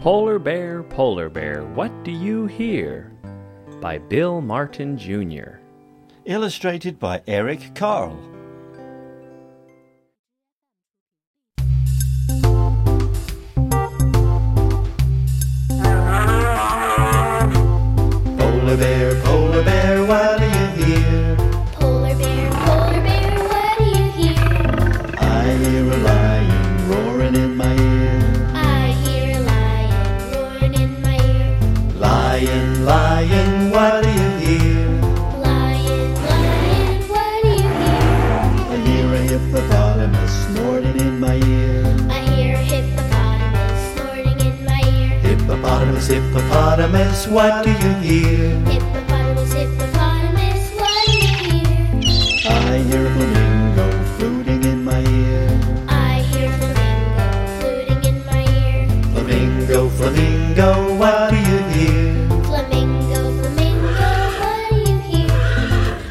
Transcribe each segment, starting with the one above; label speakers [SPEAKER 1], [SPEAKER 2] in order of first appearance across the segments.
[SPEAKER 1] Polar Bear, Polar Bear, What Do You Hear? by Bill Martin Jr.
[SPEAKER 2] Illustrated by Eric Carl. Polar bear, polar bear, what do you hear?
[SPEAKER 3] Polar bear, polar bear, what do you hear?
[SPEAKER 2] I hear a lion roaring in my ear.
[SPEAKER 3] I hear a lion roaring in my ear.
[SPEAKER 2] Lion, lion, what do you hear?
[SPEAKER 3] Lion, lion, what do you hear?
[SPEAKER 2] I hear a hippopotamus snorting in my ear.
[SPEAKER 3] I hear a hippopotamus snorting in my ear.
[SPEAKER 2] Hippopotamus, hippopotamus, what do you hear?
[SPEAKER 3] Hippopotamus, hippopotamus, what do you hear?
[SPEAKER 2] I hear a flamingo fluting in my ear.
[SPEAKER 3] I hear a flamingo fluting in my ear.
[SPEAKER 2] Flamingo, flamingo, what do you hear?
[SPEAKER 3] Flamingo, flamingo, what do you hear?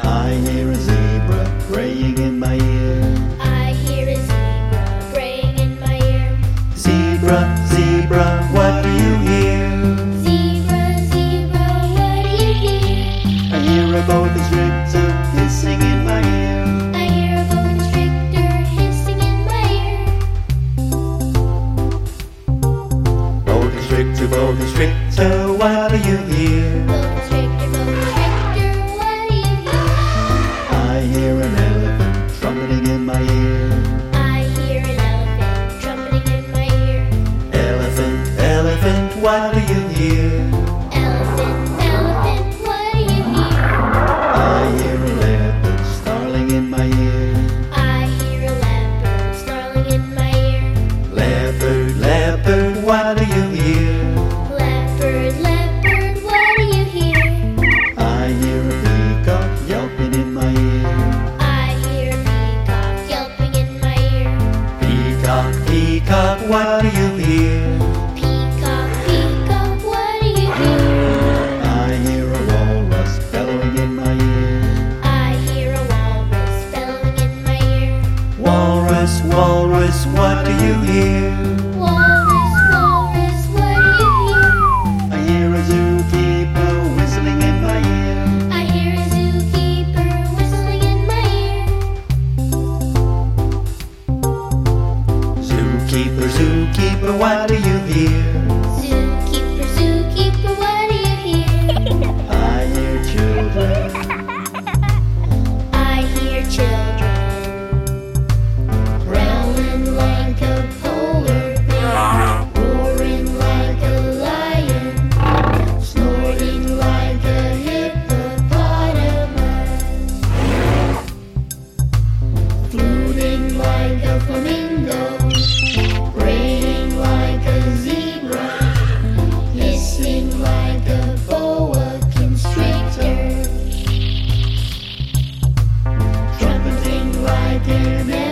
[SPEAKER 2] I hear a zebra braying in my ear.
[SPEAKER 3] I hear a zebra braying in my ear.
[SPEAKER 2] Zebra, zebra, what do you hear?
[SPEAKER 3] Zebra, zebra, what do you hear?
[SPEAKER 2] I hear a boa constrictor hissing in my ear.
[SPEAKER 3] I hear a boa constrictor hissing in my ear.
[SPEAKER 2] Boa constrictor, boa constrictor, what do you hear?
[SPEAKER 3] Boa constrictor, boa constrictor, what do you hear?
[SPEAKER 2] I hear an elephant trumpeting in my ear.
[SPEAKER 3] I hear an elephant trumpeting in my ear.
[SPEAKER 2] Elephant, elephant, what do you hear?
[SPEAKER 3] Elephant, elephant, what do you hear?
[SPEAKER 2] I hear a leopard snarling in my ear.
[SPEAKER 3] I hear a leopard snarling in my ear.
[SPEAKER 2] Leopard, leopard, what do you hear?
[SPEAKER 3] Leopard, leopard, what do you hear?
[SPEAKER 2] I hear a peacock yelping in my ear.
[SPEAKER 3] I hear a peacock yelping in my ear.
[SPEAKER 2] Peacock, peacock, what do you hear?
[SPEAKER 3] Peacock, peacock, what do you hear?
[SPEAKER 2] I hear a walrus bellowing in my ear.
[SPEAKER 3] I hear a walrus bellowing in my ear.
[SPEAKER 2] Walrus, walrus, what do you hear?
[SPEAKER 3] Walrus, walrus, what do you hear?
[SPEAKER 2] I hear a zookeeper whistling in my ear.
[SPEAKER 3] I hear a zookeeper whistling in my ear.
[SPEAKER 2] Zookeeper, zookeeper, what do you hear?
[SPEAKER 3] Zookeeper, zookeeper, what do you hear?
[SPEAKER 2] I hear children
[SPEAKER 3] I hear children growling like a polar bear, roaring like a lion, snorting like a hippopotamus, fluting like a flamingo, braying like a zebra, hissing like a boa constrictor. Trumpeting like an